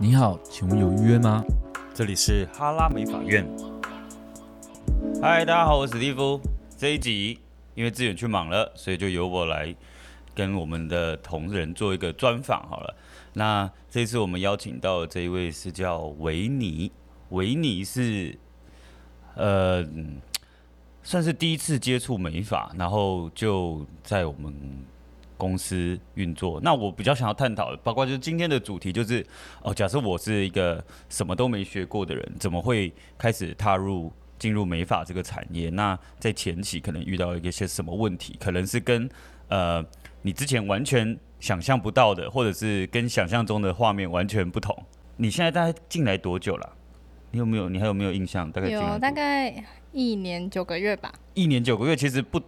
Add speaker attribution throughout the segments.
Speaker 1: 你好，请问有预约吗？
Speaker 2: 这里是哈拉美法院。嗨，大家好，我是史蒂夫。这一集因为志远去忙了，所以就由我来跟我们的同仁做一个专访好了。那这次我们邀请到的这一位是叫维尼，维尼是呃嗯算是第一次接触美发，然后就在我们公司运作。那我比较想要探讨的，包括就是今天的主题，就是哦，假设我是一个什么都没学过的人，怎么会开始踏入进入美发这个产业？那在前期可能遇到一些什么问题？可能是跟呃你之前完全想象不到的，或者是跟想象中的画面完全不同。你现在大概进来多久了啊？你有没有？你还有没有印象？大概进来
Speaker 3: 有
Speaker 2: 多
Speaker 3: 大
Speaker 2: 久
Speaker 3: 概一年九个月吧。
Speaker 2: 一年九个月，其实不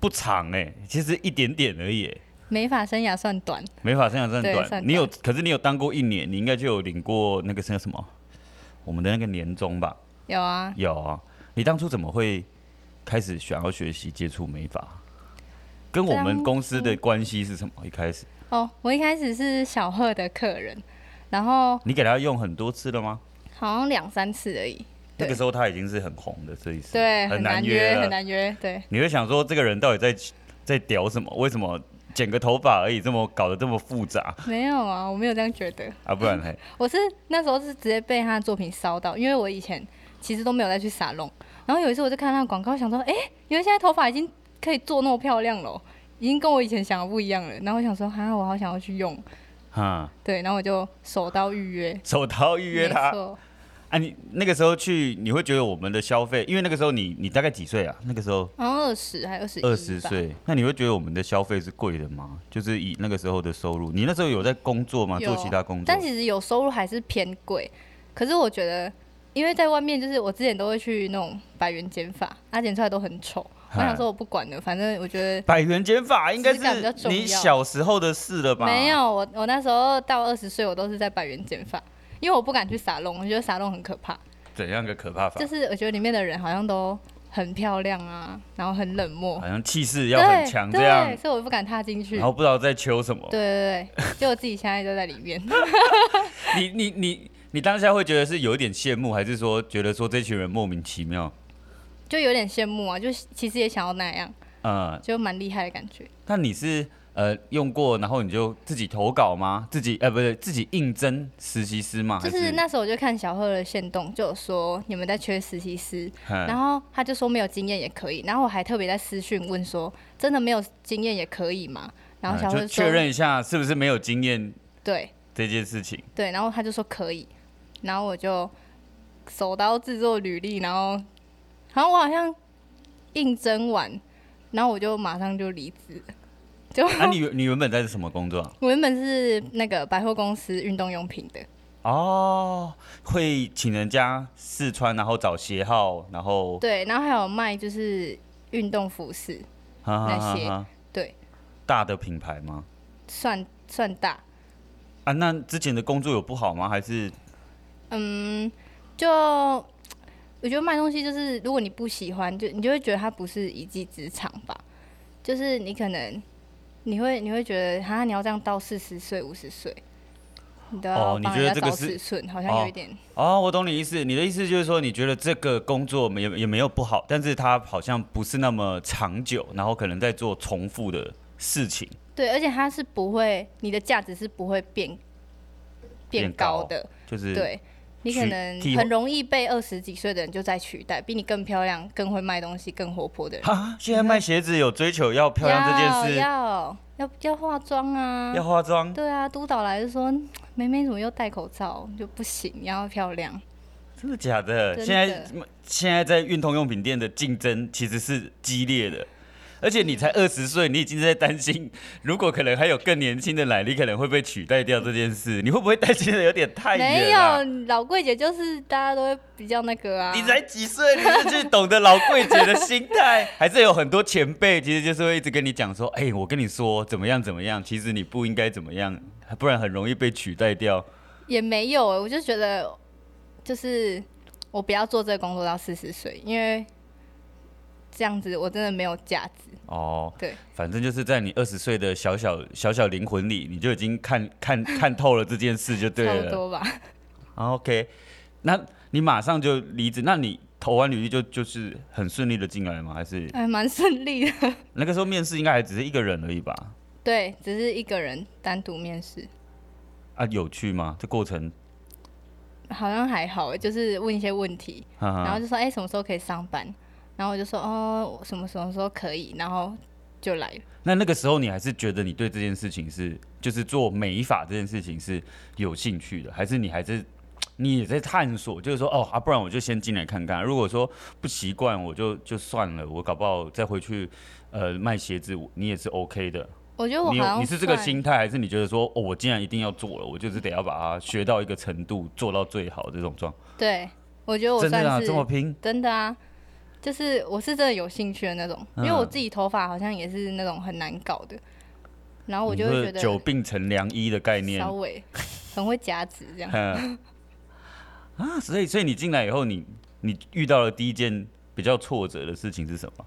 Speaker 2: 不长哎、其实一点点而已欸、
Speaker 3: 美发生涯算短，
Speaker 2: 没法生涯真的
Speaker 3: 对
Speaker 2: 短。
Speaker 3: 算
Speaker 2: 你有，
Speaker 3: 短
Speaker 2: 可是你有当过一年，你应该就有领过那个是什么，我们的那个年终吧？
Speaker 3: 有啊，
Speaker 2: 有啊，你当初怎么会开始想要学习接触美发？跟我们公司的关系是什么？一开始
Speaker 3: 哦，我一开始是小贺的客人，然后
Speaker 2: 你给他用很多次了吗？
Speaker 3: 好像两三次而已，
Speaker 2: 那
Speaker 3: 对
Speaker 2: 个时候他已经是很红的设计师，
Speaker 3: 对，
Speaker 2: 很
Speaker 3: 很难
Speaker 2: 约
Speaker 3: 约，
Speaker 2: 了
Speaker 3: 很难约，对，
Speaker 2: 你会想说这个人到底在在屌什么？为什么剪个头发而已，这么搞得这么复杂
Speaker 3: 没有啊，我没有这样觉得，
Speaker 2: 啊？不然嘿，
Speaker 3: 我是那时候是直接被他的作品烧到，因为我以前其实都没有再去沙龙，然后有一次我就看到他的广告，想说，哎、原来现在头发已经可以做那么漂亮了哦，已经跟我以前想的不一样了，然后我想说，哈，我好想要去用，
Speaker 2: 哈、
Speaker 3: 对，然后我就手刀预约，
Speaker 2: 手刀预约他
Speaker 3: 没错
Speaker 2: 啊！你那个时候去，你会觉得我们的消费，因为那个时候你你大概几岁啊？那个时候
Speaker 3: 好像二十还二十
Speaker 2: 二十，岁，那你会觉得我们的消费是贵的吗？就是以那个时候的收入，你那时候有在工作吗？啊做
Speaker 3: 有
Speaker 2: 其他工作？
Speaker 3: 但其实有收入还是偏贵。可是我觉得，因为在外面就是我之前都会去那种百元剪发，啊剪出来都很丑。我
Speaker 2: 嗨
Speaker 3: 想说我不管了，反正我觉得
Speaker 2: 百元减法应该
Speaker 3: 质感比较
Speaker 2: 是
Speaker 3: 重要
Speaker 2: 你小时候的事了吧？
Speaker 3: 没，有我我那时候到二十岁，我都是在百元剪发，因为我不敢去沙龙，我觉得沙龙很可怕。
Speaker 2: 怎样个可怕法？
Speaker 3: 就是我觉得里面的人好像都很漂亮啊，然后很冷漠
Speaker 2: 好，像气势哎
Speaker 3: 对
Speaker 2: 要很强这样
Speaker 3: 对，，所以我不敢踏进去。
Speaker 2: 然
Speaker 3: 对
Speaker 2: 后不知道在求什么。
Speaker 3: 对对，就我自己现在就在里面。
Speaker 2: 你你你你当下会觉得是有一点羡慕，还是说觉得说这群人莫名其妙？
Speaker 3: 就有点羡慕啊，就其实也想要那样，
Speaker 2: 嗯，
Speaker 3: 就蛮厉害的感觉。
Speaker 2: 那你是呃用过，然后你就自己投稿吗？自己呃不是自己应征实习师吗？
Speaker 3: 就
Speaker 2: 还
Speaker 3: 是那时候我就看小贺的线动，就有说你们在缺实习师，然
Speaker 2: 嗯
Speaker 3: 后他就说没有经验也可以，然后我还特别在私讯问说真的没有经验也可以吗？然后
Speaker 2: 嗯
Speaker 3: 小贺
Speaker 2: 就
Speaker 3: 说
Speaker 2: 确认一下是不是没有经验
Speaker 3: 对
Speaker 2: 这件事情。
Speaker 3: 对，然后他就说可以，然后我就手刀制作履历，然后好像我好像应征完，然后我就马上就离职了，就、
Speaker 2: 啊，你原你原本在什么工作啊？
Speaker 3: 我原本是那个百货公司运动用品的。
Speaker 2: 哦，会请人家试穿，然后找鞋号，然后
Speaker 3: 对，然后还有卖就是运动服饰，
Speaker 2: 哈哈
Speaker 3: 那
Speaker 2: 哈
Speaker 3: 些
Speaker 2: 哈
Speaker 3: 对，
Speaker 2: 大的品牌吗？
Speaker 3: 算算大，
Speaker 2: 啊，那之前的工作有不好吗？还是
Speaker 3: 嗯，就我觉得卖东西就是，如果你不喜欢，就你就会觉得它不是一技之长吧，就是你可能你会你会觉得，哈，你要这样到四十岁五十岁，你都
Speaker 2: 哦
Speaker 3: 要
Speaker 2: 你
Speaker 3: 帮
Speaker 2: 觉得
Speaker 3: 人
Speaker 2: 这
Speaker 3: 家
Speaker 2: 个
Speaker 3: 找
Speaker 2: 是
Speaker 3: 尺寸，好像
Speaker 2: 哦
Speaker 3: 有一点，
Speaker 2: 哦，我懂你意思。你的意思就是说，你觉得这个工作也也没有不好，但是它好像不是那么长久，然后可能在做重复的事情。
Speaker 3: 对，而且它是不会，你的价值是不会变
Speaker 2: 变
Speaker 3: 变
Speaker 2: 高
Speaker 3: 高的，
Speaker 2: 就是，
Speaker 3: 对你可
Speaker 2: 取
Speaker 3: 能
Speaker 2: 替
Speaker 3: 很
Speaker 2: 换
Speaker 3: 容易被二十几岁的人就在取代，比你更漂亮、更会卖东西、更活泼的人。
Speaker 2: 哈，现在卖鞋子有追求要漂亮这件事，
Speaker 3: 要要要要化妆啊
Speaker 2: 要！化妆，
Speaker 3: 对啊，督导来就说梅梅怎么又戴口罩就不行，要漂亮。
Speaker 2: 真的假的？
Speaker 3: 真的
Speaker 2: 现在现在在运动用品店的竞争其实是激烈的，而且你才
Speaker 3: 嗯
Speaker 2: 二十岁，你已经在担心，如果可能还有更年轻的来，你可能会被取代掉这件事，你会不会担心的有点太
Speaker 3: 没
Speaker 2: 远啊了、
Speaker 3: 有老柜姐就是大家都会比较那个啊。
Speaker 2: 你才几岁，你就去懂得老柜姐的心态，还是有很多前辈，其实就是会一直跟你讲说，哎、我跟你说怎么样怎么样，其实你不应该怎么样，不然很容易被取代掉。
Speaker 3: 也没有、欸，我就觉得就是我不要做这个工作到四十岁，因为这样子我真的没有价值。
Speaker 2: 哦，
Speaker 3: 对，
Speaker 2: 反正就是在你二十岁的小小小小灵魂里，你就已经看看看透了这件事就对
Speaker 3: 差
Speaker 2: 了。
Speaker 3: 不多吧。
Speaker 2: 啊 OK，那你马上就离职，那你投完履历就就是很顺利的进来吗？还是
Speaker 3: 还蛮顺利的。
Speaker 2: 那个时候面试应该还只是一个人而已吧？
Speaker 3: 对，只是一个人单独面试，
Speaker 2: 啊，有趣吗？这过程，
Speaker 3: 好像还好，就是问一些问题，
Speaker 2: 哈
Speaker 3: 然后
Speaker 2: 哈，
Speaker 3: 就说哎、什么时候可以上班，然后我就说哦我什么什么时候可以，然后就来了。
Speaker 2: 那那个时候你还是觉得你对这件事情是，就是做美发这件事情是有兴趣的，还是你还是你也在探索？就是说，哦啊，不然我就先进来看看。如果说不习惯，我就就算了，我搞不好再回去，呃，卖鞋子我你也是 OK 的。
Speaker 3: 我觉得我
Speaker 2: 你
Speaker 3: 好
Speaker 2: 有
Speaker 3: 像
Speaker 2: 你是这个
Speaker 3: 算
Speaker 2: 心态，还是你觉得说，哦，我既然一定要做了，我就是得要把它学到一个程度，做到最好这种状？
Speaker 3: 对，我觉得我
Speaker 2: 真
Speaker 3: 算
Speaker 2: 的啊，
Speaker 3: 是
Speaker 2: 这么拼？
Speaker 3: 真的啊，就是我是真的有兴趣的那种，因为我
Speaker 2: 嗯
Speaker 3: 自己头发好像也是那种很难搞的，然后我就
Speaker 2: 你
Speaker 3: 会
Speaker 2: 是
Speaker 3: 觉
Speaker 2: 久
Speaker 3: 得
Speaker 2: 病成良医的概念
Speaker 3: 稍。微很会夹直这样。
Speaker 2: 嗯啊，所以所以你进来以后你，你遇到了第一件比较挫折的事情是什么？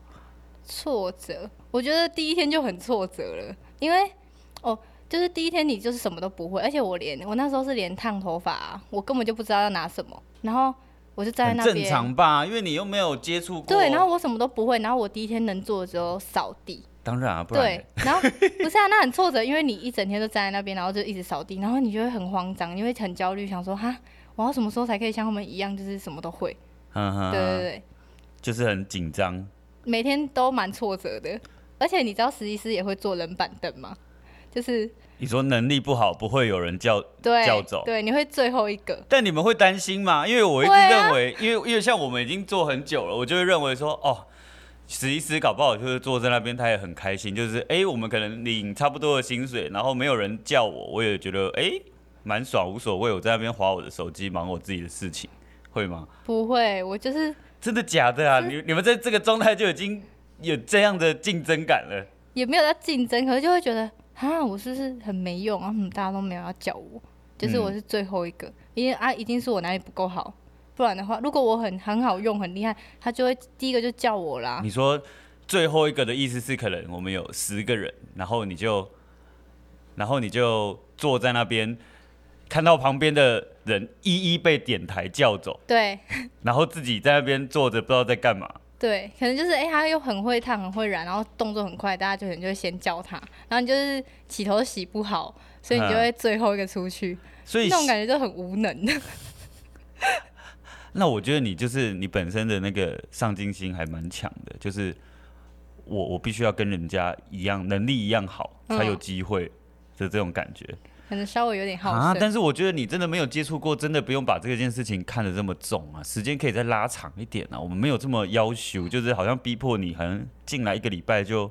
Speaker 3: 挫折，我觉得第一天就很挫折了，因为哦，就是第一天你就是什么都不会，而且我连我那时候是连烫头发啊、我根本就不知道要拿什么，然后我就站在
Speaker 2: 很
Speaker 3: 那
Speaker 2: 正
Speaker 3: 边，
Speaker 2: 常吧，因为你又没有接触过。
Speaker 3: 对，然后我什么都不会，然后我第一天能做的只有扫地，
Speaker 2: 当然啊，不然
Speaker 3: 对，然后不是啊，那很挫折，因为你一整天都站在那边，然后就一直扫地，然后你就会很慌张，你会很焦虑，想说哈，我要什么时候才可以像他们一样，就是什么都会？
Speaker 2: 嗯哼，
Speaker 3: 对对对，
Speaker 2: 就是很紧张。
Speaker 3: 每天都蛮挫折的，而且你知道实习师也会坐冷板凳吗？就是
Speaker 2: 你说能力不好，不会有人叫
Speaker 3: 对
Speaker 2: 叫走。
Speaker 3: 对，你会最后一个，
Speaker 2: 但你们会担心吗？因为我一直
Speaker 3: 会啊
Speaker 2: 认为，因为因为像我们已经做很久了，我就会认为说，哦，实习师搞不好就是坐在那边，他也很开心，就是哎、诶我们可能领差不多的薪水，然后没有人叫我，我也觉得哎，诶蛮、爽，无所谓，我在那边划我的手机，忙我自己的事情，会吗？
Speaker 3: 不会，我就是
Speaker 2: 真的假的啊？你你们在这个状态就已经有这样的竞争感了。
Speaker 3: 也没有在竞争，可是就会觉得哈，我是不是很没用啊？嗯，大家都没有要叫我，就是我
Speaker 2: 嗯
Speaker 3: 是最后一个，因为啊，一定是我哪里不够好，不然的话，如果我很很好用、很厉害，他就会第一个就叫我啦。
Speaker 2: 你说最后一个的意思是，可能我们有十个人，然后你就，然后你就坐在那边，看到旁边的人一一被点台叫走，
Speaker 3: 对
Speaker 2: 然后自己在那边坐着不知道在干嘛。
Speaker 3: 对，可能就是哎、他又很会烫、很会染，然后动作很快，大家就可能就会先叫他，然后你就是洗头洗不好，所以你就
Speaker 2: 嗯
Speaker 3: 会最后一个出去，
Speaker 2: 所以
Speaker 3: 那，种感觉就很无能。
Speaker 2: 那我觉得你就是你本身的那个上进心还蛮强的，就是我我必须要跟人家一样，能力一样好才有
Speaker 3: 嗯
Speaker 2: 机会的这种感觉。
Speaker 3: 可能稍微有点好
Speaker 2: 啊！
Speaker 3: 胜。
Speaker 2: 但是我觉得你真的没有接触过，真的不用把这件事情看得这么重啊。时间可以再拉长一点啊，我们没有这么要求，就是好像逼迫你，好像进来一个礼拜就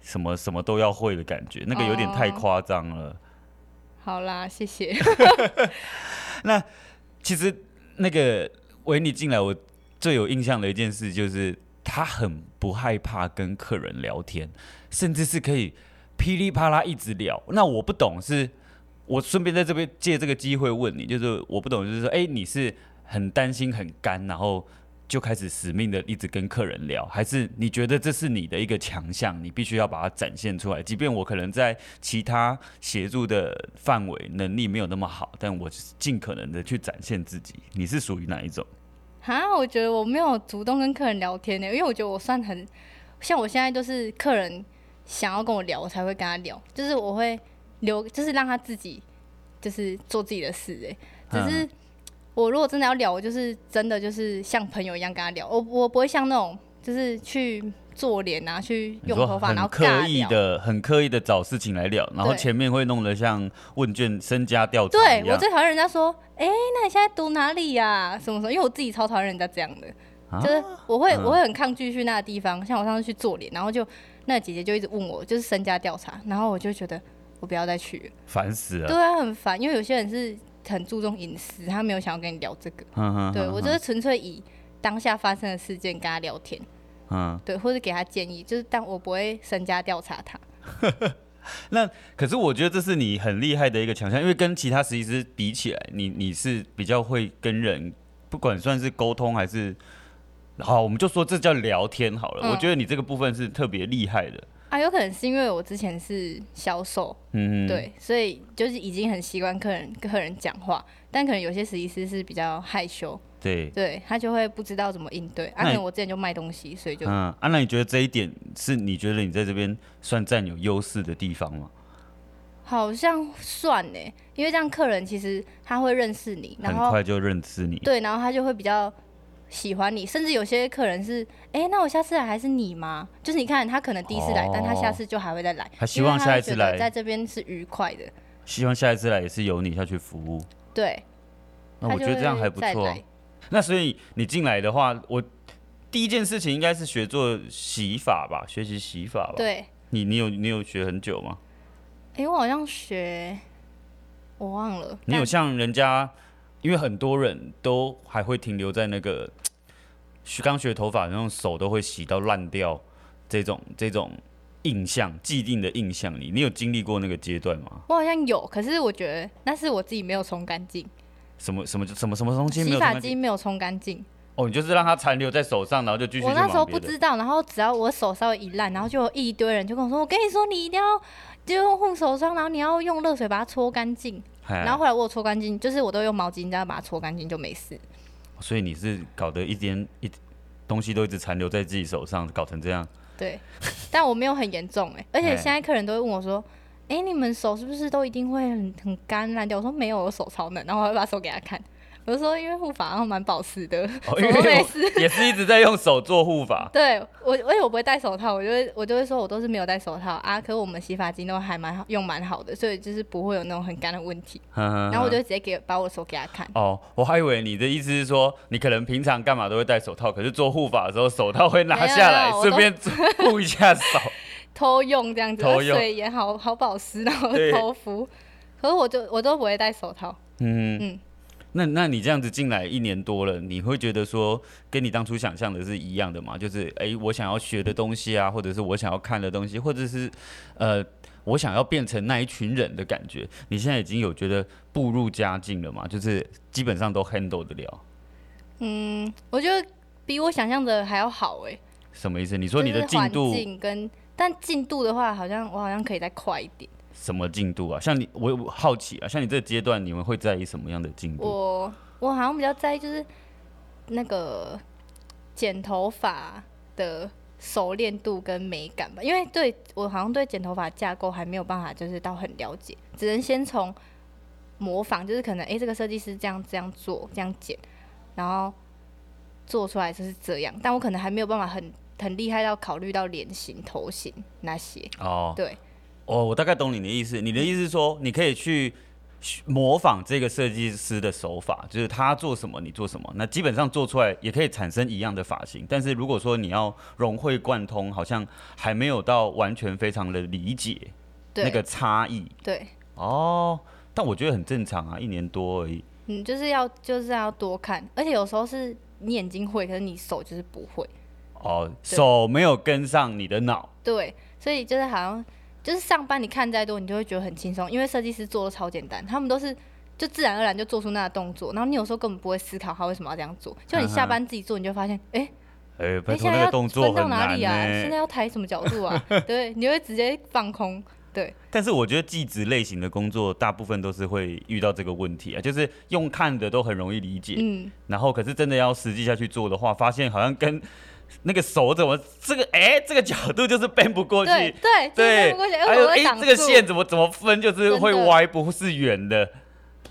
Speaker 2: 什么什么都要会的感觉，那个有点太
Speaker 3: 哦
Speaker 2: 夸张了。
Speaker 3: 好啦，谢谢。
Speaker 2: 其实那个维尼进来，我最有印象的一件事就是他很不害怕跟客人聊天，甚至是可以噼里啪啦一直聊。那我不懂是，我顺便在这边借这个机会问你，就是我不懂，就是说，哎、你是很担心很干，然后。就开始死命的一直跟客人聊，还是你觉得这是你的一个强项，你必须要把它展现出来？即便我可能在其他协助的范围能力没有那么好，但我尽可能的去展现自己。你是属于哪一种？
Speaker 3: 啊，我觉得我没有主动跟客人聊天呢、欸因为我觉得我算很，像我现在就是客人想要跟我聊，我才会跟他聊，就是我会留，就是让他自己就是做自己的事哎、
Speaker 2: 嗯
Speaker 3: 只是我如果真的要聊，我就是真的就是像朋友一样跟他聊，我我不会像那种就是去做脸啊，去
Speaker 2: 你
Speaker 3: 用
Speaker 2: 说
Speaker 3: 头发然后
Speaker 2: 很
Speaker 3: 尬
Speaker 2: 刻意
Speaker 3: 聊。
Speaker 2: 的、很刻意的找事情来聊，然后
Speaker 3: 对
Speaker 2: 前面会弄得像问卷身家调查
Speaker 3: 对
Speaker 2: 一
Speaker 3: 我
Speaker 2: 样。
Speaker 3: 最讨厌人家说，哎、那你现在读哪里呀、什么什么？因为我自己超讨厌人家这样的，
Speaker 2: 啊
Speaker 3: 就是我会、
Speaker 2: 嗯
Speaker 3: 我会很抗拒去那个地方。像我上次去做脸，然后就那个姐姐就一直问我，就是身家调查，然后我就觉得我不要再去了，
Speaker 2: 烦死了。
Speaker 3: 对啊，很烦，因为有些人是很注重隐私，他没有想要跟你聊这个。
Speaker 2: 嗯哼
Speaker 3: 对我
Speaker 2: 嗯
Speaker 3: 就是纯粹以当下发生的事件跟他聊天，
Speaker 2: 嗯，
Speaker 3: 对，或者给他建议，就是但我不会身家调查他。
Speaker 2: 可是我觉得这是你很厉害的一个强项，因为跟其他实习师比起来，你你是比较会跟人，不管算是沟通还是，好，我们就说这叫聊天好了。
Speaker 3: 嗯
Speaker 2: 我觉得你这个部分是特别厉害的，
Speaker 3: 啊，有可能是因为我之前是销售，
Speaker 2: 嗯，
Speaker 3: 对，所以就是已经很习惯客人跟客人讲话，但可能有些实习师是比较害羞，
Speaker 2: 对，
Speaker 3: 对他就会不知道怎么应对。啊，
Speaker 2: 那
Speaker 3: 可
Speaker 2: 你
Speaker 3: 能我之前就卖东西，所以就、
Speaker 2: 嗯，安娜，你觉得这一点是你觉得你在这边算占有优势的地方吗？
Speaker 3: 好像算呢，因为这样客人其实他会认识你，
Speaker 2: 很
Speaker 3: 然后
Speaker 2: 快就认识你，
Speaker 3: 对，然后他就会比较喜欢你，甚至有些客人是，哎、那我下次来还是你吗？就是你看他可能第一次来，但他下
Speaker 2: 哦
Speaker 3: 次就还会再来，
Speaker 2: 他希
Speaker 3: 因为
Speaker 2: 望
Speaker 3: 他
Speaker 2: 下
Speaker 3: 会
Speaker 2: 一次
Speaker 3: 觉得
Speaker 2: 来
Speaker 3: 在这边是愉快的，
Speaker 2: 希望下一次来也是由你下去服务。
Speaker 3: 对。
Speaker 2: 那
Speaker 3: 他
Speaker 2: 我
Speaker 3: 就
Speaker 2: 觉得这样
Speaker 3: 会
Speaker 2: 还不
Speaker 3: 再
Speaker 2: 错啊、
Speaker 3: 来
Speaker 2: 那所以你进来的话，我第一件事情应该是学做洗发吧，学习洗发吧。，
Speaker 3: 对，
Speaker 2: 你你有你有学很久吗？
Speaker 3: 哎、我好像学，我忘了。
Speaker 2: 你有
Speaker 3: 但
Speaker 2: 像人家，因为很多人都还会停留在那个学刚学头发，那种手都会洗到烂掉这种这种印象既定的印象里，你有经历过那个阶段吗？
Speaker 3: 我好像有，可是我觉得那是我自己没有冲干净，
Speaker 2: 什么什么什么什么东西没
Speaker 3: 洗
Speaker 2: 有
Speaker 3: 发
Speaker 2: 什么
Speaker 3: 机没有冲干净。
Speaker 2: 哦，你就是让它残留在手上，然后就继续去
Speaker 3: 我那时候
Speaker 2: 忙别
Speaker 3: 不
Speaker 2: 的
Speaker 3: 知道，然后只要我手稍微一烂，然后就有一堆人就跟我说：“我跟你说，你一定要就用护手霜，然后你要用热水把它搓干净。”
Speaker 2: 嗨
Speaker 3: 然后后来我有搓干净，就是我都用毛巾这样把它搓干净就没事。
Speaker 2: 所以你是搞得一点一东西都一直残留在自己手上，搞成这样。
Speaker 3: 对，但我没有很 严重哎、而且
Speaker 2: 哎
Speaker 3: 现在客人都会问我说：“哎、你们手是不是都一定会很很干烂掉？”我说：“没有，我手超嫩。”然后我会把手给他看，我就说：“因为护发好像蛮保湿的，
Speaker 2: 哦，
Speaker 3: 什
Speaker 2: 因
Speaker 3: 么都
Speaker 2: 为
Speaker 3: 没
Speaker 2: 我
Speaker 3: 事。。
Speaker 2: 也是一直在用手做护法
Speaker 3: 对我，而且我不会戴手套，我就会我就会说我都是没有戴手套啊。可是我们洗发精都还蛮好用蛮好的，所以就是不会有那种很干的问题。
Speaker 2: 然
Speaker 3: 然后我就直接给把我手给他看。
Speaker 2: 哦，我还以为你的意思是说，你可能平常干嘛都会戴手套，可是做护法的时候手套会拿下来
Speaker 3: 没有没有，我
Speaker 2: 顺
Speaker 3: 都
Speaker 2: 便 护一下手。
Speaker 3: 偷用这样子，
Speaker 2: 偷用
Speaker 3: 水也好好保湿，然后
Speaker 2: 对
Speaker 3: 偷敷。可是我就我都不会戴手套，
Speaker 2: 嗯
Speaker 3: 嗯
Speaker 2: 那那你这样子进来一年多了，你会觉得说跟你当初想象的是一样的吗？就是哎、诶我想要学的东西啊，或者是我想要看的东西，或者是呃，我想要变成那一群人的感觉。你现在已经有觉得步入佳境了嘛？就是基本上都 handle 得了。
Speaker 3: 嗯，我觉得比我想象的还要好哎、欸。
Speaker 2: 什么意思？你
Speaker 3: 就
Speaker 2: 说你的
Speaker 3: 是
Speaker 2: 进
Speaker 3: 环
Speaker 2: 度
Speaker 3: 境跟但进度的话，好像我好像可以再快一点。
Speaker 2: 什么进度啊？像你，我我好奇啊，像你这个阶段，你们会在意什么样的进度？
Speaker 3: 我我好像比较在意就是那个剪头发的熟练度跟美感吧，因为对我好像对剪头发架构还没有办法就是到很了解，只能先从模仿，就是可能诶这个设计师这样这样做这样剪，然后做出来就是这样，但我可能还没有办法很很厉害到考虑到脸型、头型那些，
Speaker 2: 哦，
Speaker 3: 对。
Speaker 2: 哦，我大概懂你的意思。你的意思是说，你可以去模仿这个设计师的手法，就是他做什么，你做什么。那基本上做出来也可以产生一样的发型。但是如果说你要融会贯通，好像还没有到完全非常的理解
Speaker 3: 对，
Speaker 2: 那个差异
Speaker 3: 对，
Speaker 2: 哦。但我觉得很正常啊，一年多而已。
Speaker 3: 嗯，就是要就是要多看，而且有时候是你眼睛会，可是你手就是不会，
Speaker 2: 哦，手没有跟上你的脑，
Speaker 3: 对，所以就是好像就是上班你看再多，你就会觉得很轻松，因为设计师做的超简单，他们都是就自然而然就做出那个动作，然后你有时候根本不会思考他为什么要这样做，就你下班自己做，你就发现，哎、
Speaker 2: 哎、
Speaker 3: 哎、
Speaker 2: 嗯拜托
Speaker 3: 现在
Speaker 2: 那
Speaker 3: 要
Speaker 2: 个动作
Speaker 3: 分到
Speaker 2: 很
Speaker 3: 哪
Speaker 2: 难欸
Speaker 3: 里
Speaker 2: 呢、
Speaker 3: 啊？现在要抬什么角度啊？对，你会直接放空， 对，
Speaker 2: 但是我觉得技职类型的工作，大部分都是会遇到这个问题啊，就是用看的都很容易理解，
Speaker 3: 嗯，
Speaker 2: 然后可是真的要实际下去做的话，发现好像跟那个手怎么这个哎、这个角度就是奔不过去，
Speaker 3: 对对就是不过去哎
Speaker 2: 还
Speaker 3: 我
Speaker 2: 有
Speaker 3: 会
Speaker 2: 哎、
Speaker 3: 挡
Speaker 2: 这个
Speaker 3: 住
Speaker 2: 线怎么怎么分就是会
Speaker 3: 真的
Speaker 2: 歪不是圆的，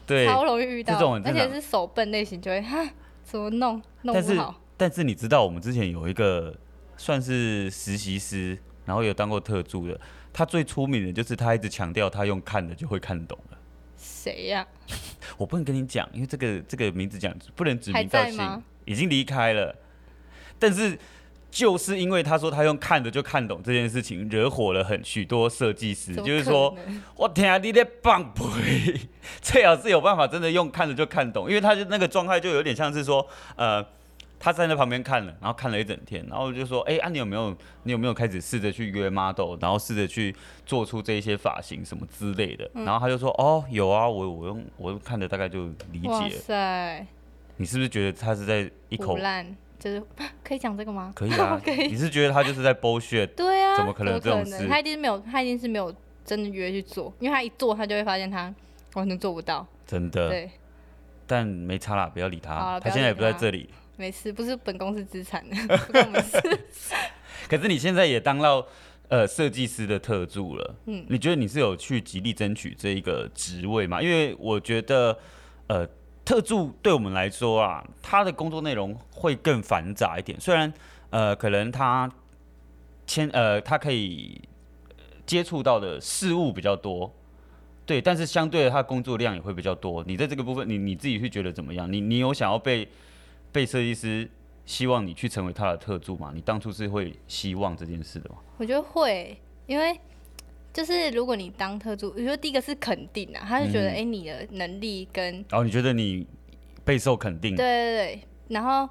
Speaker 2: 对，
Speaker 3: 超容易遇
Speaker 2: 这
Speaker 3: 到
Speaker 2: 种很，正
Speaker 3: 而且
Speaker 2: 常
Speaker 3: 是手笨类型，就会哈怎么弄弄
Speaker 2: 但
Speaker 3: 不
Speaker 2: 是
Speaker 3: 好，
Speaker 2: 但是你知道，我们之前有一个算是实习师，然后有当过特助的，他最出名的就是他一直强调他用看的就会看懂了。
Speaker 3: 谁呀、
Speaker 2: 我不能跟你讲，因为这个这个名字讲不能指名道
Speaker 3: 还在
Speaker 2: 姓
Speaker 3: 吗，
Speaker 2: 已经离开了。但是就是因为他说他用看的就看懂这件事情，惹火了很许多设计师，
Speaker 3: 怎么
Speaker 2: 就是
Speaker 3: 可
Speaker 2: 说
Speaker 3: 能。
Speaker 2: 我天啊，你在棒槌， 最好是有办法真的用看着就看懂，因为他就那个状态就有点像是说，呃，他站在旁边看了，然后看了一整天，然后我就说，哎、啊你有没有你有没有开始试着去约 model，然后试着去做出这一些发型什么之类
Speaker 3: 嗯
Speaker 2: 的，然后他就说，哦，有啊，我我用我用看着大概就理
Speaker 3: 哇
Speaker 2: 解了，
Speaker 3: 塞，
Speaker 2: 你是不是觉得他是在一口
Speaker 3: 腐烂，就是 可以讲这个吗？，
Speaker 2: 可以啊
Speaker 3: 可以
Speaker 2: 你是觉得他就是在剥削？
Speaker 3: 对啊，
Speaker 2: 怎么可能有这种事
Speaker 3: 他一定是没有，他一定是没有真的约去做，因为他一做，他就会发现他完全做不到。
Speaker 2: 真的，
Speaker 3: 对，
Speaker 2: 但没差啦，不要理
Speaker 3: 好
Speaker 2: 他，他
Speaker 3: 啦不要
Speaker 2: 现在也
Speaker 3: 理
Speaker 2: 不在
Speaker 3: 他
Speaker 2: 这里。
Speaker 3: 没事，不是本公司资产 的，不关我 们事。
Speaker 2: 可是你现在也当到呃设计师的特助了，嗯
Speaker 3: 嗯，
Speaker 2: 你觉得你是有去极力争取这一个职位吗？因为我觉得呃特助对我们来说啊，他的工作内容会更繁杂一点，虽然呃可能他签呃他可以接触到的事物比较多。对，但是相对的，他的工作量也会比较多。你在这个部分，你你自己是觉得怎么样？你你有想要被被设计师希望你去成为他的特助嘛？你当初是会希望这件事的吗？
Speaker 3: 我觉得会，因为就是如果你当特助，我觉得第一个是肯定啊，他就觉得
Speaker 2: 嗯
Speaker 3: 哎、诶你的能力跟
Speaker 2: 然后你觉得你备受肯定
Speaker 3: 对，对对，然后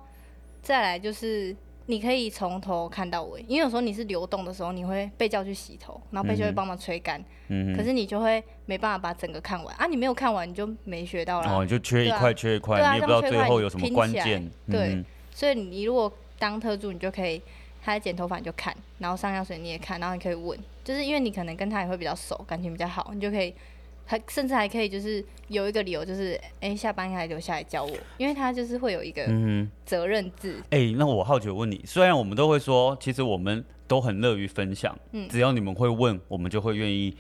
Speaker 3: 再来就是你可以从头看到尾，因为有时候你是流动的时候，你会被叫去洗头，然后被就会帮忙吹干，
Speaker 2: 嗯
Speaker 3: 可
Speaker 2: 哼，
Speaker 3: 是你就会没办法把整个看完啊，你没有看完你就没学到啦。
Speaker 2: 哦，你就缺一块缺一块，
Speaker 3: 对啊
Speaker 2: 你也不知道最后有什么关键，
Speaker 3: 这样缺一块你拼起来
Speaker 2: 嗯
Speaker 3: 所以你如果当特助，你就可以他在剪头发你就看，然后上药水你也看，然后你可以问，就是因为你可能跟他也会比较熟，感情比较好，你就可以还甚至还可以就是有一个理由，就是哎、下班还留下来教我，因为他就是会有一个
Speaker 2: 嗯
Speaker 3: 责任制，
Speaker 2: 哼，哎、那我好奇我问你，虽然我们都会说，其实我们都很乐于分享，
Speaker 3: 嗯
Speaker 2: 只要你们会问，我们就会愿意。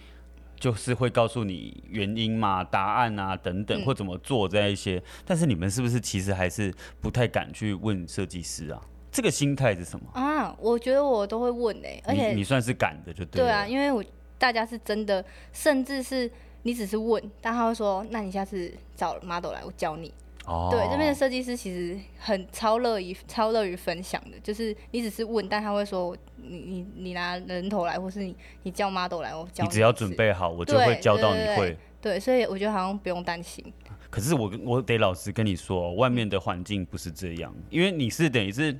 Speaker 2: 就是会告诉你原因嘛、答案啊等等，
Speaker 3: 嗯
Speaker 2: 或怎么做这样一些。但是你们是不是其实还是不太敢去问设计师啊？这个心态是什么？
Speaker 3: 啊，我觉得我都会问哎、而
Speaker 2: 你你
Speaker 3: 且
Speaker 2: 算是敢的就对
Speaker 3: 对
Speaker 2: 了。
Speaker 3: 啊，因为我大家是真的，甚至是。你只是问，但他会说：“那你下次找 model 来，我教你。”
Speaker 2: 哦
Speaker 3: 对，这边的设计师其实很超乐于超乐于分享的，就是你只是问，但他会说你你你拿人头来，或是你你叫 model 来，我教
Speaker 2: 你
Speaker 3: 你
Speaker 2: 只要
Speaker 3: 一次
Speaker 2: 准。备好，我就会
Speaker 3: 对
Speaker 2: 教到你
Speaker 3: 对对
Speaker 2: 会。
Speaker 3: 对，所以我觉得好像不用担心。
Speaker 2: 可是我我得老实跟你说，哦外面的环境不是这样，因为你是等于是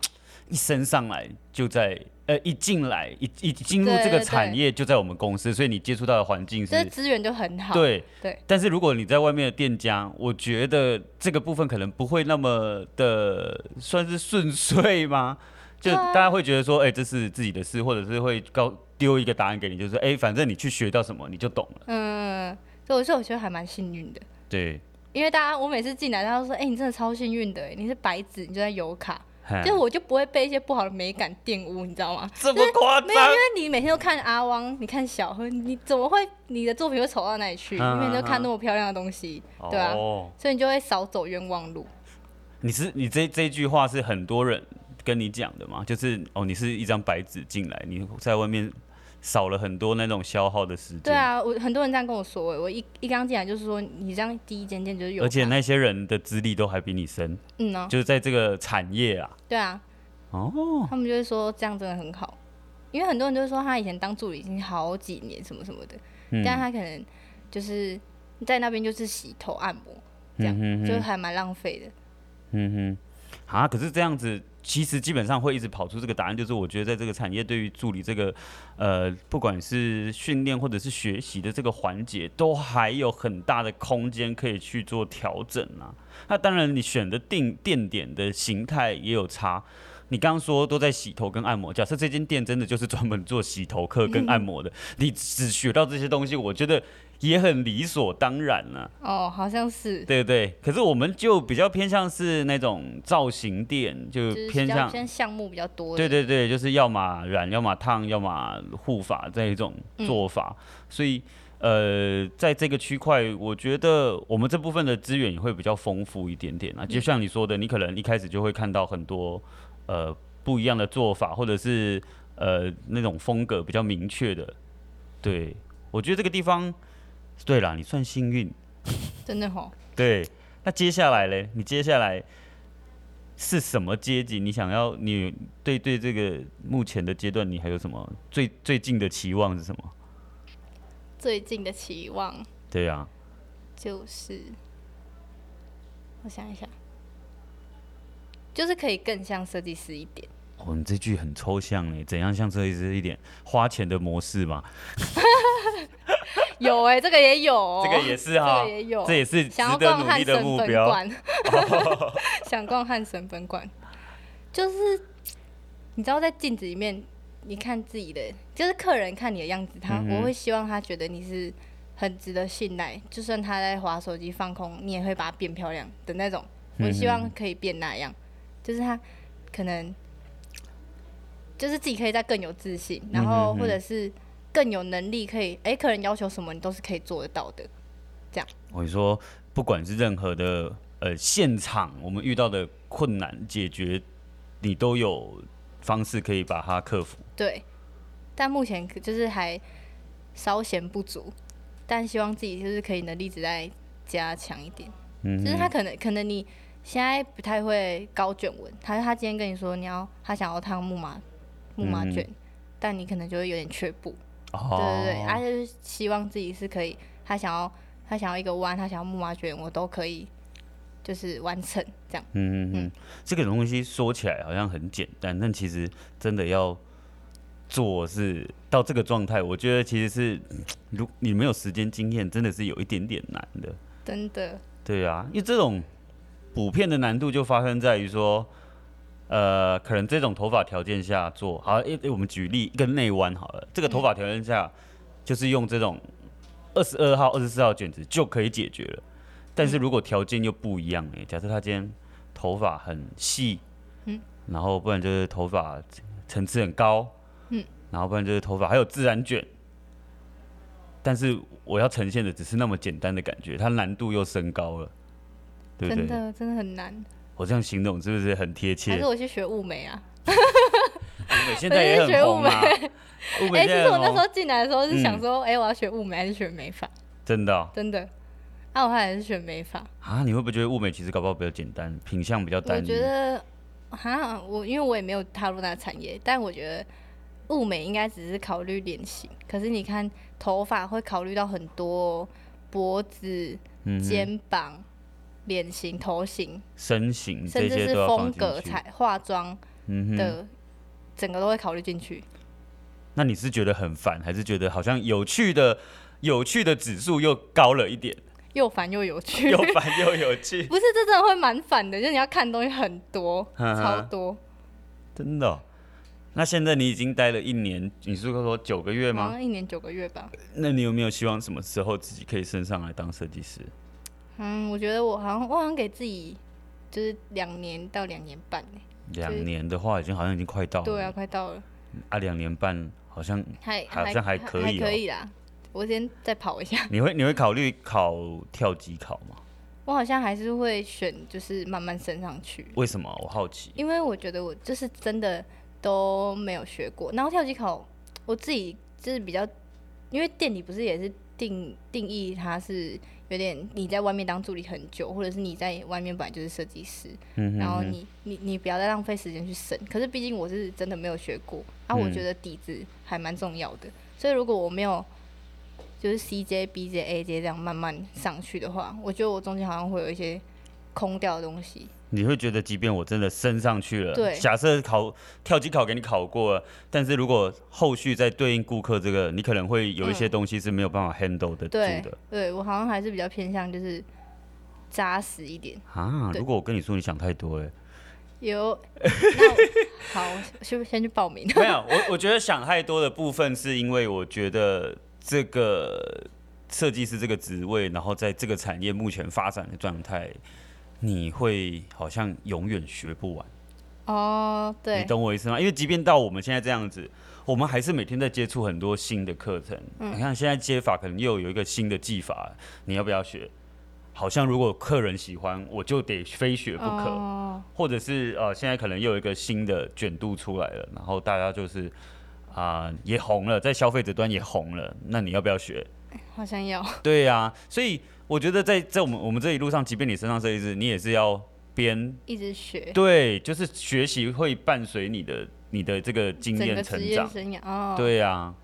Speaker 2: 一升上来就在呃一进来一一进入
Speaker 3: 对
Speaker 2: 这个
Speaker 3: 对对
Speaker 2: 产业就在我们公司，所以你接触到的环境
Speaker 3: 这
Speaker 2: 是。
Speaker 3: 资源就很好。
Speaker 2: 对
Speaker 3: 对，
Speaker 2: 但是如果你在外面的店家，我觉得这个部分可能不会那么的算是顺遂吗？ 就
Speaker 3: 对啊
Speaker 2: 大家会觉得说，哎、这是自己的事，或者是会告丢一个答案给你，就是哎、反正你去学到什么你就懂了。
Speaker 3: 嗯，所以我说我觉得还蛮幸运的，
Speaker 2: 对，
Speaker 3: 因为大家我每次进来，大家都说：“哎、你真的超幸运的欸，你是白纸，你就在油卡。”
Speaker 2: 嗨
Speaker 3: 就我就不会被一些不好的美感玷污，你知道吗？
Speaker 2: 这么夸
Speaker 3: 没有，因
Speaker 2: 张
Speaker 3: 为？你每天都看阿汪，你看小亨，你怎么会你的作品会丑到哪里去？
Speaker 2: 嗯
Speaker 3: 你每天都看那么漂亮的东西，对啊，
Speaker 2: 哦，
Speaker 3: 所以你就会少走冤枉路。
Speaker 2: 你是你这这句话是很多人跟你讲的吗？就是哦，你是一张白纸进来，你在外面少了很多那种消耗的时间。
Speaker 3: 对，啊，我很多人这样跟我说、欸，我一一刚进来就是说你这样第一间店就是有吧，
Speaker 2: 而且那些人的资历都还比你深，
Speaker 3: 嗯呢、啊，
Speaker 2: 就是在这个产业啊。
Speaker 3: 对啊，
Speaker 2: 哦，
Speaker 3: 他们就会说这样真的很好，因为很多人就说他以前当助理已经好几年什么什么的，
Speaker 2: 嗯
Speaker 3: 但他可能就是在那边就是洗头按摩，这样、
Speaker 2: 嗯哼哼
Speaker 3: 就还蛮浪费的。
Speaker 2: 嗯哼，啊，可是这样子，其实基本上会一直跑出这个答案，就是我觉得在这个产业对于助理这个，呃，不管是训练或者是学习的这个环节，都还有很大的空间可以去做调整啊。那当然，你选的定店点的形态也有差。你刚刚说都在洗头跟按摩，假设这间店真的就是专门做洗头课跟按摩的，你只学到这些东西，我觉得也很理所当然啊了、
Speaker 3: 哦，好像是，
Speaker 2: 对对，可是我们就比较偏向是那种造型店，就
Speaker 3: 就是比
Speaker 2: 呃偏
Speaker 3: 较
Speaker 2: 向
Speaker 3: 偏项目比较多
Speaker 2: 对
Speaker 3: 的。
Speaker 2: 对对，就是要么染，要么烫，要么护发这一种
Speaker 3: 嗯
Speaker 2: 做法。所以呃，在这个区块，我觉得我们这部分的资源也会比较丰富一点点啊。
Speaker 3: 嗯
Speaker 2: 就像你说的，你可能一开始就会看到很多呃不一样的做法，或者是呃那种风格比较明确的。对，我觉得这个地方，对啦，你算幸运。
Speaker 3: 真的吼。
Speaker 2: 对，那接下来嘞，你接下来是什么阶级？你想要你对对这个目前的阶段，你还有什么最最近的期望是什么？
Speaker 3: 最近的期望
Speaker 2: 对啊，
Speaker 3: 就是，我想一想，就是可以更像设计师一点。
Speaker 2: 哦，你这句很抽象嘞，怎样像这一这一点花钱的模式嘛？
Speaker 3: 有哎、这个也有哦、
Speaker 2: 这个也是哈，
Speaker 3: 这个也有
Speaker 2: 这也是值
Speaker 3: 想要
Speaker 2: 得
Speaker 3: 逛
Speaker 2: 努
Speaker 3: 汉
Speaker 2: 力的
Speaker 3: 神
Speaker 2: 目
Speaker 3: 本
Speaker 2: 标。
Speaker 3: 馆，想逛汉神本馆，就是你知道在镜子里面，你看自己的，就是客人看你的样子，他、
Speaker 2: 嗯哼
Speaker 3: 我会希望他觉得你是很值得信赖，就算他在划手机放空，你也会把它变漂亮的那种。
Speaker 2: 嗯
Speaker 3: 我希望可以变那样，就是他可能就是自己可以再更有自信，然
Speaker 2: 嗯
Speaker 3: 后
Speaker 2: 哼哼
Speaker 3: 或者是更有能力，可以哎、客人要求什么你都是可以做得到的。
Speaker 2: 我说，不管是任何的呃现场我们遇到的困难解决，你都有方式可以把它克服。
Speaker 3: 对，但目前可就是还稍显不足，但希望自己就是可以能力只再加强一点。
Speaker 2: 嗯哼，
Speaker 3: 就是他可能可能你现在不太会高卷纹，他他今天跟你说你要他想要烫木马木马
Speaker 2: 嗯
Speaker 3: 卷，但你可能就会有点却步。
Speaker 2: 哦，
Speaker 3: 对对对，他就是希望自己是可以，他想要他想要一个弯，他想要木马卷，我都可以就是完成这样。
Speaker 2: 嗯嗯嗯，这个东西说起来好像很简单，但其实真的要做是到这个状态，我觉得其实是，如你没有时间经验，真的是有一点点难的。
Speaker 3: 真的，
Speaker 2: 对啊，因为这种补片的难度就发生在于说，呃，可能这种头发条件下做好，诶、诶我们举例一个内弯好了，这个头发条件下、就是用这种二十二号、二十四号卷子就可以解决了。但是如果条件又不一样、欸，假设他今天头发很细，嗯，然后不然就是头发层次很高，嗯，然后不然就是头发还有自然卷。但是我要呈现的只是那么简单的感觉，它难度又升高了，对不
Speaker 3: 真
Speaker 2: 对？
Speaker 3: 的真的很难。
Speaker 2: 我这样形容是不是很贴切？
Speaker 3: 还是我去学物美啊？
Speaker 2: 物美现在也很红啊， 物
Speaker 3: 哎、
Speaker 2: 美现
Speaker 3: 其
Speaker 2: 在
Speaker 3: 实 我
Speaker 2: 很
Speaker 3: 那时
Speaker 2: 红，
Speaker 3: 候进来的时候是
Speaker 2: 嗯
Speaker 3: 想说，哎、我要学物美还是学美发？
Speaker 2: 真的哦
Speaker 3: 真的，啊，我后来还是学美发。
Speaker 2: 啊！你会不会觉得物美其实搞不好比较简单，品相比较
Speaker 3: 我
Speaker 2: 单一？
Speaker 3: 觉得，哈，我因为我也没有踏入那个产业，但我觉得物美应该只是考虑脸型，可是你看头发会考虑到很多脖子、
Speaker 2: 嗯哼
Speaker 3: 肩膀、脸型、头型，
Speaker 2: 身形嗯这
Speaker 3: 甚至
Speaker 2: 些
Speaker 3: 是
Speaker 2: 都要
Speaker 3: 风
Speaker 2: 放进
Speaker 3: 格、
Speaker 2: 去
Speaker 3: 彩化妆
Speaker 2: 嗯哼，
Speaker 3: 的，整个都会考虑进去。
Speaker 2: 那你是觉得很烦，还是觉得好像有趣的有趣的指数又高了一 点，
Speaker 3: 又烦又有趣，
Speaker 2: 又烦又有趣，
Speaker 3: 不是，这真的会蛮烦的，就是你要看的东西很多，
Speaker 2: 哈哈
Speaker 3: 超多，
Speaker 2: 真的哦、那现在你已经待了一年，你是说九个月
Speaker 3: 好
Speaker 2: 吗？
Speaker 3: 像一年九个月吧。
Speaker 2: 那你有没有希望什么时候自己可以升上来当设计师？
Speaker 3: 嗯，我觉得我好像我好像给自己就是两年到两年半欸
Speaker 2: 两年的话，已经好像已经快到了。
Speaker 3: 对啊，快到了，
Speaker 2: 啊，两年半好像
Speaker 3: 还
Speaker 2: 好像还可以
Speaker 3: 还可
Speaker 2: 哦
Speaker 3: 以啦。我先再跑一下，
Speaker 2: 你会你会考虑考跳级考吗？
Speaker 3: 我好像还是会选就是慢慢升上去，
Speaker 2: 为什么？我好奇。
Speaker 3: 因为我觉得我就是真的都没有学过。然后跳级考，我自己就是比较，因为店里不是也是定定义它是有点你在外面当助理很久，或者是你在外面本来就是设计师，
Speaker 2: 嗯哼
Speaker 3: 然后
Speaker 2: 哼
Speaker 3: 你你你不要再浪费时间去审。可是毕竟我是真的没有学过啊，我
Speaker 2: 嗯
Speaker 3: 觉得底子还蛮重要的。所以如果我没有就是 C J B J A J 这样慢慢上去的话，我觉得我中间好像会有一些空掉的东西。
Speaker 2: 你会觉得，即便我真的升上去了，
Speaker 3: 对
Speaker 2: 假设考跳级考给你考过了，但是如果后续再对应顾客这个，你可能会有一些东西是没有办法 handle 得住
Speaker 3: 嗯对
Speaker 2: 的、
Speaker 3: 对，我好像还是比较偏向就是扎实一点。
Speaker 2: 啊。
Speaker 3: 对
Speaker 2: 如果我跟你说，你想太多了。
Speaker 3: 有那我好，我先先去报名。
Speaker 2: 没有，我我觉得想太多的部分是因为我觉得这个设计师这个职位，然后在这个产业目前发展的状态，你会好像永远学不完，
Speaker 3: 哦，
Speaker 2: 你
Speaker 3: 对，
Speaker 2: 懂我意思吗？因为即便到我们现在这样子，我们还是每天在接触很多新的课程。
Speaker 3: 嗯
Speaker 2: 你看现在接法可能又有一个新的技法，你要不要学？好像如果客人喜欢，我就得非学不可。
Speaker 3: 哦，
Speaker 2: 或者是呃，现在可能又有一个新的卷度出来了，然后大家就是啊、也红了，在消费者端也红了，那你要不要学？
Speaker 3: 好像要，
Speaker 2: 对呀、所以我觉得在在我们我们这一路上，即便你身上设计师，你也是要边
Speaker 3: 一直学
Speaker 2: 对，就是学习会伴随你的你的这个经
Speaker 3: 整
Speaker 2: 验
Speaker 3: 个
Speaker 2: 成
Speaker 3: 职业
Speaker 2: 长，
Speaker 3: 生涯。哦，
Speaker 2: 对呀、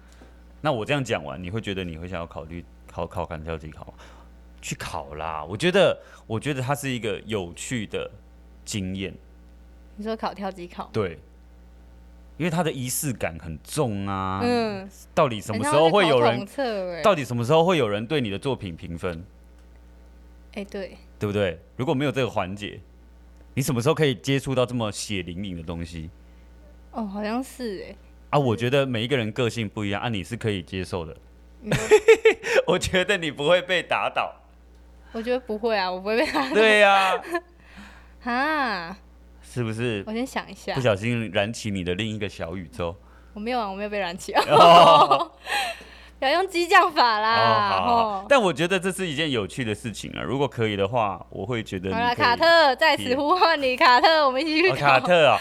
Speaker 2: 那我这样讲完，你会觉得你会想要考虑考考看跳级考吗？去考啦！我觉得，我觉得它是一个有趣的经验。
Speaker 3: 你说考跳级考，
Speaker 2: 对，因为它的仪式感很重啊。
Speaker 3: 嗯，
Speaker 2: 到底什么
Speaker 3: 很
Speaker 2: 时
Speaker 3: 像
Speaker 2: 候
Speaker 3: 去
Speaker 2: 会
Speaker 3: 考
Speaker 2: 有
Speaker 3: 统
Speaker 2: 人？
Speaker 3: 测哎
Speaker 2: 到底什么时候会有人对你的作品评分？
Speaker 3: 哎、对，
Speaker 2: 对不对？如果没有这个环节，你什么时候可以接触到这么血淋淋的东西
Speaker 3: 哦，好像是哎、
Speaker 2: 啊？我觉得每一个人个性不一样啊，你是可以接受的。
Speaker 3: 嗯
Speaker 2: 我觉得你不会被打倒。
Speaker 3: 我觉得不会啊，我不会被他
Speaker 2: 对呀、
Speaker 3: 啊。
Speaker 2: 是不是
Speaker 3: 我先想一下
Speaker 2: 不，小心燃起你的另一个小宇宙？
Speaker 3: 我没有啊，我没有被 燃起啊，
Speaker 2: 哦，
Speaker 3: 不要用激将法啦。
Speaker 2: 好好
Speaker 3: 啊吼，
Speaker 2: 但我觉得这是一件有趣的事情啊。如果可以的话，我会觉得
Speaker 3: 好啦，
Speaker 2: 你可以
Speaker 3: 卡特在
Speaker 2: 也
Speaker 3: 此呼唤你，卡特，我们一 起去
Speaker 2: 哦，
Speaker 3: 考
Speaker 2: 卡特啊，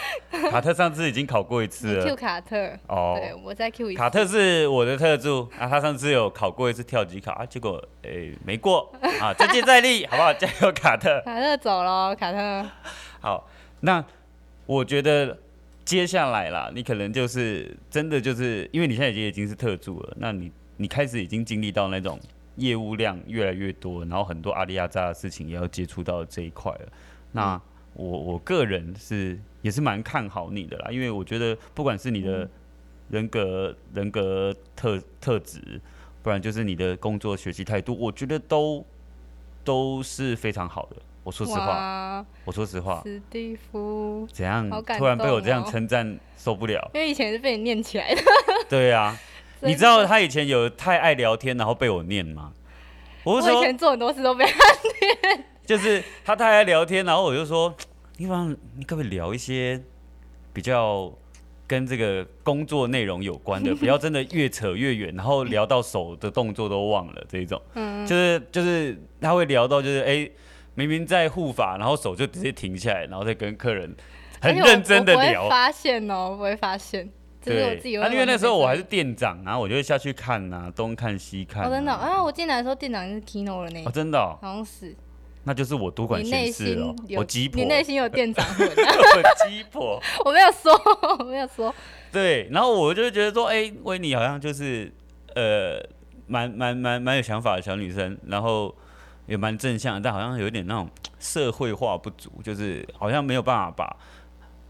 Speaker 2: 卡特上次已经考过一次
Speaker 3: 你 Q
Speaker 2: 了。
Speaker 3: 卡特，
Speaker 2: 哦，
Speaker 3: 对我再 Q 一次。
Speaker 2: 卡特是我的特助啊，他上次有考过一次跳级考啊，结果诶、没过啊，再接再厉，好不好？加油，卡特！
Speaker 3: 卡特走了，卡特，
Speaker 2: 好，那我觉得接下来啦，你可能就是真的就是，因为你现在已经已经是特助了，那你你开始已经经历到那种业务量越来越多，然后很多阿里亚扎的事情也要接触到这一块了。那我我个人是也是蛮看好你的啦，因为我觉得不管是你的人格、人格特特质，不然就是你的工作学习态度，我觉得都都是非常好的。我说实话，
Speaker 3: 哇，
Speaker 2: 我说实话，
Speaker 3: 史蒂夫，
Speaker 2: 怎样
Speaker 3: 好？感
Speaker 2: 突然被我这样
Speaker 3: 动哦。
Speaker 2: 称赞，受不了
Speaker 3: 因为以前是被你念起来的，
Speaker 2: 对啊，
Speaker 3: 真
Speaker 2: 你知道他以前有太爱聊天，然后被我念吗？我
Speaker 3: 我
Speaker 2: 就
Speaker 3: 以
Speaker 2: 说，
Speaker 3: 前做很多事都被
Speaker 2: 就是他太爱聊天，然后我就说，你晚上你可不可以聊一些比较跟这个工作内容有关 的，不要真的越扯越远，然后聊到手的动作都忘了这一种。
Speaker 3: 嗯
Speaker 2: 就是就是他会聊到就是哎、明明在护法，然后手就直接停下来，然后再跟客人很
Speaker 3: 而且我
Speaker 2: 认真的
Speaker 3: 我不会
Speaker 2: 聊。
Speaker 3: 发现哦，我不会发现，这是我自己会
Speaker 2: 啊因为那时候我还是
Speaker 3: 哦
Speaker 2: 店长啊，我就会下去看啊，东看西看、啊。
Speaker 3: 真的哦啊，我进来的时候店长是 Kino 了呢
Speaker 2: 哦，，真的哦、
Speaker 3: 好像是
Speaker 2: 那就是我多管
Speaker 3: 你内
Speaker 2: 闲事
Speaker 3: 心
Speaker 2: 了，
Speaker 3: 有
Speaker 2: 我鸡婆，
Speaker 3: 你内心有店长 魂，啊
Speaker 2: 我鸡婆。
Speaker 3: 我没有说，我没有说，
Speaker 2: 对，然后我就会觉得说，哎、维尼好像就是呃，蛮蛮蛮蛮有想法的小女生，然后也蛮正向，但好像有点那种社会化不足，就是好像没有办法把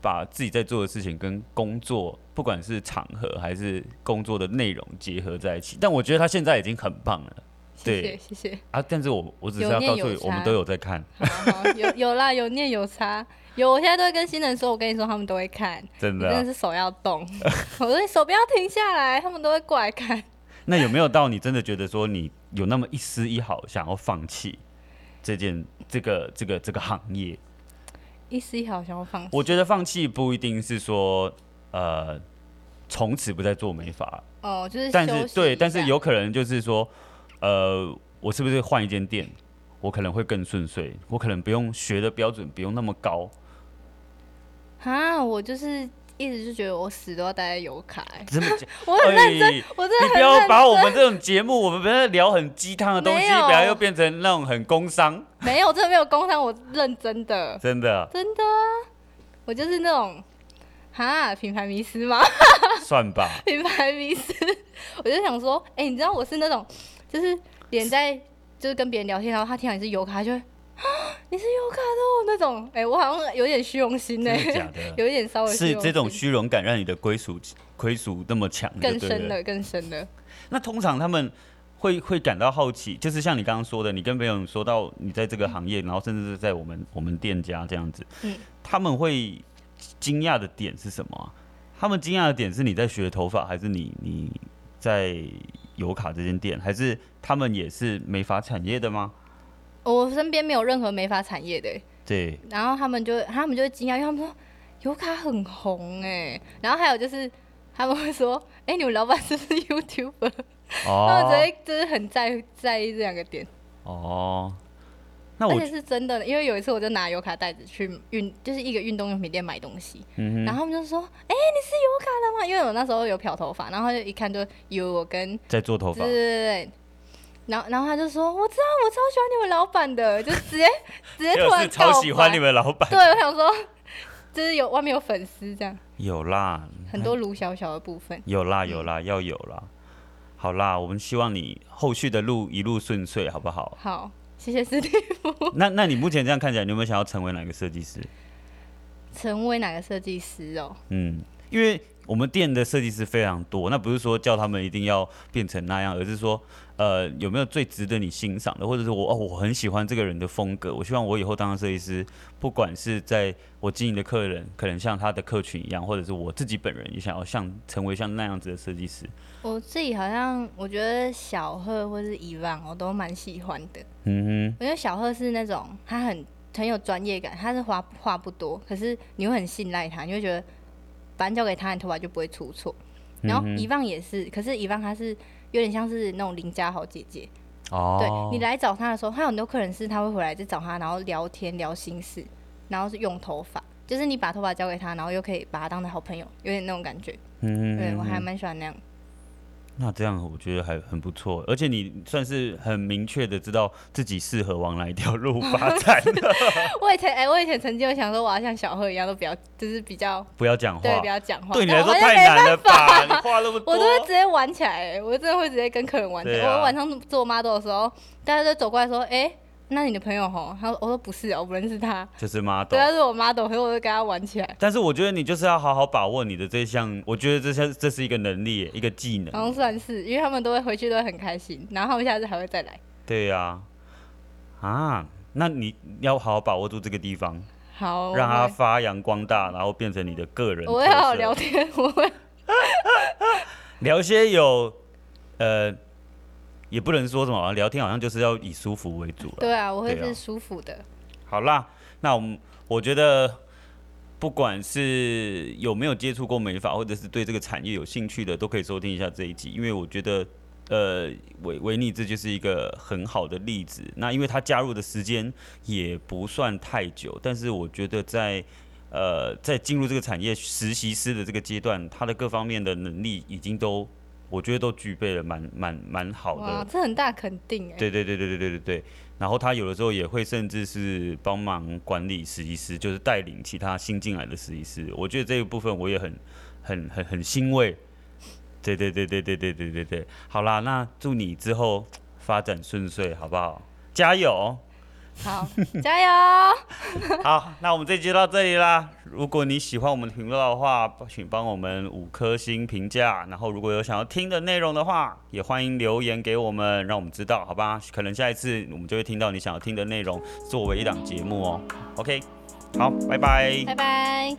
Speaker 2: 把自己在做的事情跟工作，不管是场合还是工作的内容结合在一起。但我觉得她现在已经很棒了
Speaker 3: 谢谢
Speaker 2: 对
Speaker 3: 谢谢，
Speaker 2: 啊！但是我我只是
Speaker 3: 有
Speaker 2: 要
Speaker 3: 念
Speaker 2: 告诉
Speaker 3: 有
Speaker 2: 你，我们
Speaker 3: 差
Speaker 2: 都有在看，
Speaker 3: 好好有有啦，有念有差。有，我现在都会跟新人说，我跟你说，他们都会看，
Speaker 2: 真
Speaker 3: 你
Speaker 2: 的
Speaker 3: 真
Speaker 2: 啊、
Speaker 3: 的是手 要动，我说你手不要停下来，他们都会过来看。
Speaker 2: 那有没有到你真的觉得说你有那么一丝一毫想要放弃这件这个这个这个行业？
Speaker 3: 一丝一毫想要放弃，
Speaker 2: 我觉得放弃不一定是说呃从此不再做美发，
Speaker 3: 哦，就是
Speaker 2: 但
Speaker 3: 休
Speaker 2: 是
Speaker 3: 息
Speaker 2: 对，
Speaker 3: 一
Speaker 2: 但是
Speaker 3: 下
Speaker 2: 有可能就是说呃我是不是换一间店，我可能会更顺遂，我可能不用学的标准不用那么高，
Speaker 3: 啊，我就是一直就觉得我死都要待在油卡、欸，
Speaker 2: 这么讲
Speaker 3: 我很认真，
Speaker 2: 哎
Speaker 3: 我真的
Speaker 2: 你不
Speaker 3: 很认
Speaker 2: 要
Speaker 3: 真。
Speaker 2: 把我们这种节目，我们不要聊很鸡汤的东西，
Speaker 3: 没有
Speaker 2: 不要又变成那种很工伤，
Speaker 3: 没有，我真的没有工伤，我认真的，
Speaker 2: 真 的
Speaker 3: 真的啊，我就是那种哈品牌迷失吗？
Speaker 2: 算吧。
Speaker 3: 品牌迷失，我就想说，哎、你知道我是那种，就是脸在就是跟别人聊天，然后他听到你是油卡，他就会啊你是油卡的哦那种，哎、我好像有点虚荣心呢、
Speaker 2: 真的假的
Speaker 3: 有一点稍微虚
Speaker 2: 是
Speaker 3: 荣
Speaker 2: 这种
Speaker 3: 心
Speaker 2: 虚荣感让你的归属归属那么强，就
Speaker 3: 更
Speaker 2: 对
Speaker 3: 深
Speaker 2: 了。
Speaker 3: 的更深的。
Speaker 2: 那通常他们会会感到好奇，就是像你刚刚说的，你跟朋友说到你在这个行业，然后甚至是在我们我们店家这样子，
Speaker 3: 嗯
Speaker 2: 他们会惊讶的点是什么啊、他们惊讶的点是你在学头发，还是你你在油卡这间店，还是他们也是美发产业的吗？
Speaker 3: 我身边没有任何美发产业的、
Speaker 2: 对，
Speaker 3: 然后他们就他们就会惊讶，因为他们说油卡很红哎、然后还有就是他们会说，哎、你们老板是不是 YouTuber？、他们
Speaker 2: 哦
Speaker 3: 直接就是很在在意这两个点，
Speaker 2: 哦，那
Speaker 3: 而
Speaker 2: 我
Speaker 3: 且是真的，因为有一次我就拿油卡袋子去运，就是一个运动用品店买东西，
Speaker 2: 嗯
Speaker 3: 然
Speaker 2: 哼，
Speaker 3: 后他们就说，哎、你是油卡的吗？因为我那时候有漂头发，然后他就一看就以为我跟
Speaker 2: 在做头
Speaker 3: 对
Speaker 2: 发
Speaker 3: 对，对对。然后，然后他就说：“我知道，我超喜欢你们老板的，就直接直接
Speaker 2: 就是
Speaker 3: 突然
Speaker 2: 超
Speaker 3: 告
Speaker 2: 喜欢
Speaker 3: 白
Speaker 2: 你们老板
Speaker 3: 对，，我想说，就是有外面有粉丝这样，
Speaker 2: 有啦，
Speaker 3: 很多卢小小的部分。
Speaker 2: 有啦有啦，要有啦。好啦，我们希望你后续的路一路顺遂，好不好？
Speaker 3: 好，谢谢 师弟。
Speaker 2: 那那你目前这样看起来，你有没有想要成为哪个设计师？
Speaker 3: 成为哪个设计师哦？
Speaker 2: 嗯，因为我们店的设计师非常多，那不是说叫他们一定要变成那样，而是说，呃，有没有最值得你欣赏的，或者是我哦，我很喜欢这个人的风格，我希望我以后当设计师，不管是在我经营的客人，可能像他的客群一样，或者是我自己本人也想要像成为像那样子的设计师。
Speaker 3: 我自己好像我觉得小贺或是伊万我都蛮喜欢的。
Speaker 2: 嗯
Speaker 3: 我觉得小贺是那种他很很有专业感，他是话话不多，可是你会很信赖他，你会觉得反正交给他，你头发就不会出错。然后
Speaker 2: 嗯哼
Speaker 3: 伊万也是，可是伊万他是有点像是那种邻家好姐姐。
Speaker 2: 哼，哦
Speaker 3: 对你来找他的时候，他有很多客人是他会回来再找他，然后聊天聊心事，然后是用头发，就是你把头发交给他，然后又可以把他当成好朋友，有点那种感觉。
Speaker 2: 嗯哼
Speaker 3: 对我
Speaker 2: 嗯哼
Speaker 3: 还蛮喜欢那样。
Speaker 2: 那这样我觉得还很不错，而且你算是很明确的知道自己适合往哪一条路发展，
Speaker 3: 我以前哎、我以前曾经有想说我要像小贺一样，都比较就是比较
Speaker 2: 不要讲话。
Speaker 3: 对比较讲话。
Speaker 2: 对你
Speaker 3: 但
Speaker 2: 来
Speaker 3: 我
Speaker 2: 说
Speaker 3: 好像
Speaker 2: 太
Speaker 3: 没
Speaker 2: 难了
Speaker 3: 办法
Speaker 2: 吧？你话那么多，
Speaker 3: 我都会直接玩起来、欸，我真的会直接跟客人玩起来。
Speaker 2: 对啊
Speaker 3: 我晚上做 model 的时候，大家都走过来说：“哎、那你的朋友吼？”他说：“我说不是哦、我不认识他。
Speaker 2: 就是 model
Speaker 3: 对，。他是我 model，所以我就跟他玩起来，
Speaker 2: 但是我觉得你就是要好好把握你的这项，我觉得这项这是一个能力，一个技
Speaker 3: 好
Speaker 2: 能。
Speaker 3: 像算是，因为他们都会回去都会很开心，然后他们下次还会再来。
Speaker 2: 对呀、啊，那你要好好把握住这个地方，
Speaker 3: 好，
Speaker 2: 让它
Speaker 3: 我
Speaker 2: 发扬光大，然后变成你的个人特
Speaker 3: 会
Speaker 2: 色。
Speaker 3: 我会好好聊天，我会
Speaker 2: 聊一些有，呃，也不能说什么，聊天好像就是要以舒服为主了。
Speaker 3: 对啊，我会
Speaker 2: 对啊
Speaker 3: 是舒服的。
Speaker 2: 好啦，那我们我觉得，不管是有没有接触过美发，或者是对这个产业有兴趣的，都可以收听一下这一集，因为我觉得，呃，维维尼这就是一个很好的例子。那因为他加入的时间也不算太久，但是我觉得在呃，在进入这个产业实习师的这个阶段，他的各方面的能力已经都，我觉得都具备了蛮蛮蛮好的。
Speaker 3: 哇，这很大肯定哎、
Speaker 2: 对对对对对对对对。然后他有的时候也会甚至是帮忙管理实习师，就是带领其他新进来的实习师。我觉得这一部分我也很很很很欣慰。对对对对对对对对对。好啦，那祝你之后发展顺遂，好不好？加油！
Speaker 3: 好，加油！
Speaker 2: 好，那我们这集就到这里啦。如果你喜欢我们的频道的话，请帮我们五颗星评价。然后如果有想要听的内容的话，也欢迎留言给我们，让我们知道，好吧？可能下一次我们就会听到你想要听的内容，作为一档节目哦。OK，好，拜拜
Speaker 3: 拜拜。